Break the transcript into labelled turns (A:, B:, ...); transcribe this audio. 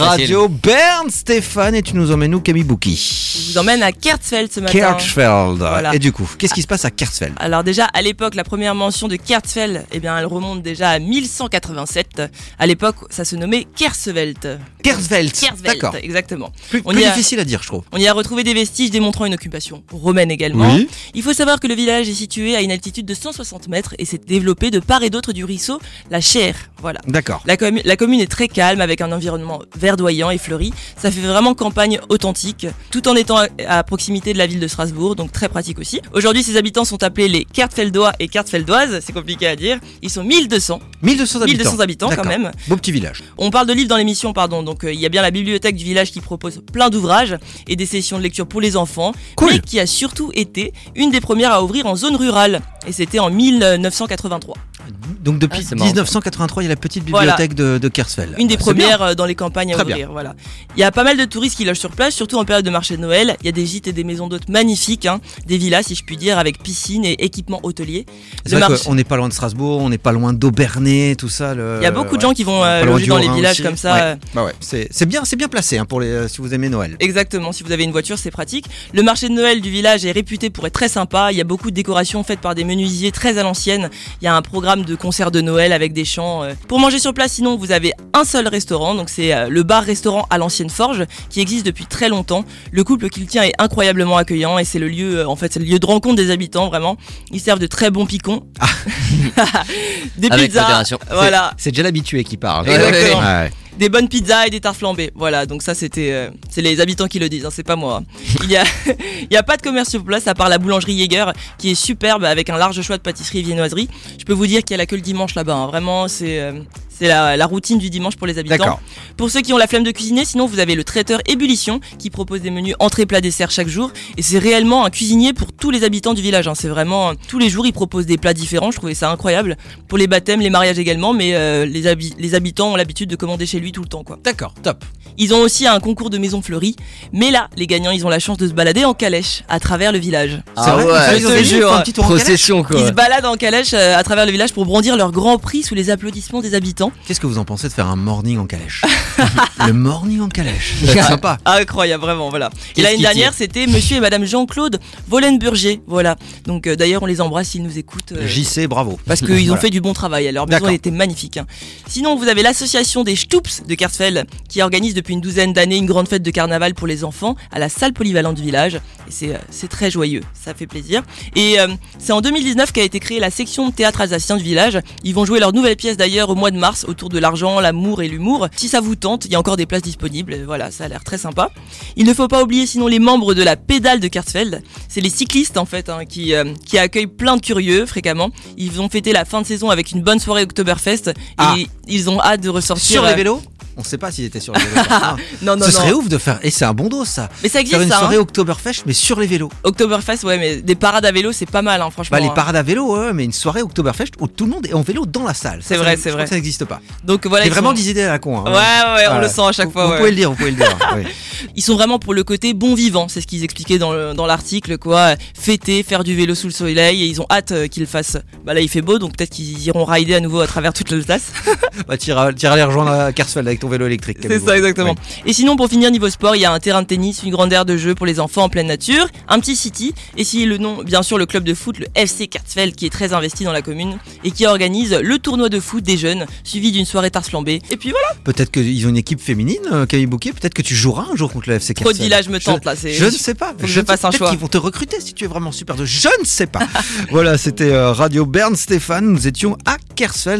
A: Radio Bern, Stéphane, et tu nous emmènes où, Camille
B: Je
A: Bouki
B: vous emmène à Kertzfeld ce matin.
A: Kerchfeld.
B: Voilà.
A: Et du coup, qu'est-ce qui se passe à Kerchfeld
B: Alors déjà, à l'époque, la première mention de Kertzfeld, eh bien, elle remonte déjà à 1187. À l'époque, ça se nommait Kersvelt.
A: Kerchfeld.
B: Kersveld,
A: D'accord.
B: exactement.
A: Plus,
B: On
A: plus
B: y a-
A: difficile à dire, je trouve.
B: On y a retrouvé des vestiges démontrant une occupation romaine également.
A: Oui.
B: Il faut savoir que le village est situé à une altitude de 160 mètres et s'est développé de part et d'autre du ruisseau, la Cher. Voilà.
A: D'accord.
B: La, commu- la commune est très calme avec un environnement verdoyant et fleuri. Ça fait vraiment campagne authentique, tout en étant à, à proximité de la ville de Strasbourg, donc très pratique aussi. Aujourd'hui, ses habitants sont appelés les Kertfeldois et Kertfeldoises, c'est compliqué à dire. Ils sont 1200,
A: 1200 habitants.
B: 1200 habitants quand
A: D'accord.
B: même.
A: Beau petit village.
B: On parle de livres dans l'émission, pardon, donc euh, il y a bien la bibliothèque du village qui propose plein d'ouvrages et des sessions de lecture pour les enfants,
A: Cool.
B: mais qui a surtout été une des premières à ouvrir en zone rurale, et c'était en 1983.
A: Donc depuis
C: Ah, c'est marrant.
A: 1983, il y a la petite
B: Voilà.
A: bibliothèque de, de Kerchfeld.
B: Une des
A: C'est bien.
B: premières euh, dans les campagnes à
A: Très
B: ouvrir. Voilà. Il y a pas mal de touristes qui logent sur place, surtout en période de marché de Noël. Il y a des gîtes et des maisons d'hôtes magnifiques, hein, des villas si je puis dire, avec piscine et équipement hôtelier.
A: C'est
B: Le
A: vrai
B: marché-
A: qu'on n'est pas loin de Strasbourg, on n'est pas loin d'Aubernay, tout ça. le-
B: Il y a beaucoup de
A: ouais.
B: gens qui vont
A: Pas
B: euh,
A: loin
B: loger
A: du
B: dans les
A: Haut-Rhin
B: villages
A: aussi.
B: comme ça.
A: Ouais.
B: euh,
A: Bah ouais, c'est c'est bien, c'est bien placé hein, pour les euh, si vous aimez Noël.
B: Exactement, si vous avez une voiture, c'est pratique. Le marché de Noël du village est réputé pour être très sympa. Il y a beaucoup de décorations faites par des menuisiers très à l'ancienne. Il y a un programme de concerts de Noël avec des chants. euh. Pour manger sur place, sinon, vous avez un seul restaurant. Donc, c'est euh, le bar-restaurant à l'ancienne forge qui existe depuis très longtemps. Le couple qui le tient est incroyablement accueillant et c'est le lieu, euh, en fait, c'est le lieu de rencontre des habitants, vraiment. Ils servent de très bons picons. des
C: Ah. Avec
B: pizzas.
C: modération.
B: Voilà,
A: C'est déjà l'habitué qui parle.
B: Exactement.
A: Ouais.
B: des bonnes pizzas et des tartes flambées. Voilà, donc ça c'était, euh, c'est les habitants qui le disent, hein, c'est pas moi. Il y a, il y a pas de commerce sur place à part la boulangerie Jaeger qui est superbe avec un large choix de pâtisserie et viennoiserie. Je peux vous dire qu'il y a la queue le dimanche là-bas. hein. Vraiment, c'est, euh, c'est la, la routine du dimanche pour les habitants.
A: D'accord.
B: Pour ceux qui ont la flemme de cuisiner, sinon vous avez le traiteur Ébullition qui propose des menus entrée, plat, dessert chaque jour. Et c'est réellement un cuisinier pour tous les habitants du village. hein. C'est vraiment euh, tous les jours ils proposent des plats différents. Je trouvais ça incroyable pour les baptêmes, les mariages également. Mais euh, les, habi- les habitants ont l'habitude de commander chez lui tout le temps, quoi.
A: D'accord, top.
B: Ils ont aussi un concours de maisons fleuries, mais là, les gagnants, ils ont la chance de se balader en calèche à travers le village.
A: C'est
C: Ah
A: vrai,
C: ouais,
A: ils ont des
B: Je te
A: jeux,
B: jure.
A: un petit tour en calèche.
C: procession quoi.
B: Ils se baladent en calèche euh, à travers le village pour brandir leur grand prix sous les applaudissements des habitants.
A: Qu'est-ce que vous en pensez de faire un morning en calèche Le morning en calèche, c'est
C: Qu'est-ce-
A: sympa.
B: Ah, Incroyable, vraiment, voilà. Et
C: Qu'est-ce
B: l'année
C: qu'ils
B: dernière, c'était monsieur et madame Jean-Claude Vollenburger, voilà. Donc euh, d'ailleurs, on les embrasse, ils nous écoutent. euh,
A: JC, bravo.
B: parce qu'ils ont
A: Voilà.
B: fait du bon travail. Alors, maison
A: D'accord.
B: elle était magnifique. hein. Sinon, vous avez l'association des Stoups de Kersfeld qui organise depuis une douzaine d'années une grande fête de carnaval pour les enfants à la salle polyvalente du village. Et c'est, euh, c'est très joyeux, ça fait plaisir. Et euh, c'est en 2019 qu'a été créée la section de théâtre alsacien du village. Ils vont jouer leur nouvelle pièce d'ailleurs au mois de mars autour de l'argent, l'amour et l'humour. Si ça vous tente, il y a encore des places disponibles. Euh, Voilà, ça a l'air très sympa. Il ne faut pas oublier sinon les membres de la pédale de Kersfeld. C'est les cyclistes en fait hein, qui, euh, qui accueillent plein de curieux fréquemment. Ils ont fêté la fin de saison avec une bonne soirée Oktoberfest et
A: Ah.
B: ils ont hâte de ressortir.
A: Sur les
B: euh,
A: vélos On sait pas s'il était sur les vélos. Ah,
B: Non, non,
A: ce
B: non.
A: serait ouf de faire. Et c'est un bon dos ça.
B: Mais ça
A: Faire
B: existe
A: une
B: ça.
A: soirée
B: hein.
A: Oktoberfest mais sur les vélos.
B: Oktoberfest, ouais, mais des parades à vélo, c'est pas mal, hein, franchement.
A: Bah les
B: hein.
A: parades à vélo, ouais, mais une soirée Oktoberfest où tout le monde est en vélo dans la salle. Ça,
B: C'est
A: ça,
B: vrai,
A: je
B: c'est
A: crois
B: vrai.
A: que Ça n'existe pas.
B: Donc voilà.
A: C'est
B: ils
A: vraiment
B: sont-
A: des idées à la con. hein.
B: Ouais, ouais, on
A: Ouais.
B: le sent à chaque
A: Vous-
B: fois.
A: Vous
B: ouais.
A: pouvez le dire, vous pouvez le dire. oui.
B: Ils sont vraiment pour le côté bon vivant, c'est ce qu'ils expliquaient dans le- dans l'article, quoi. Fêter, faire du vélo sous le soleil, et ils ont hâte euh, qu'ils le fassent. Bah là, il fait beau, donc peut-être qu'ils iront rider à nouveau à travers toute l'Alsace.
A: Bah, t'iras t'iras les rejoindre à Carsfeld avec ton vélo électrique.
B: C'est ça, exactement.
A: Oui.
B: Et sinon, pour finir, niveau sport, il y a un terrain de tennis, une grande aire de jeu pour les enfants en pleine nature, un petit city, et si le nom, bien sûr, le club de foot, le FC Kartzfeld, qui est très investi dans la commune, et qui organise le tournoi de foot des jeunes, suivi d'une soirée tarte flambée. Et puis voilà,
A: Peut-être qu'ils ont une équipe féminine, euh, Camille Bouquet. Peut-être que tu joueras un jour contre le FC
B: trop de
A: Carsfeld.
B: villages me tentent, là. c'est-
A: Je ne sais pas.
B: que
A: Je
B: je
A: ne-
B: fasse un
A: peut-être
B: choix.
A: qu'ils vont te recruter si tu es vraiment super. de- Je ne sais pas. voilà, c'était euh, Radio Berne Stéphane. Nous étions à Kersfeld.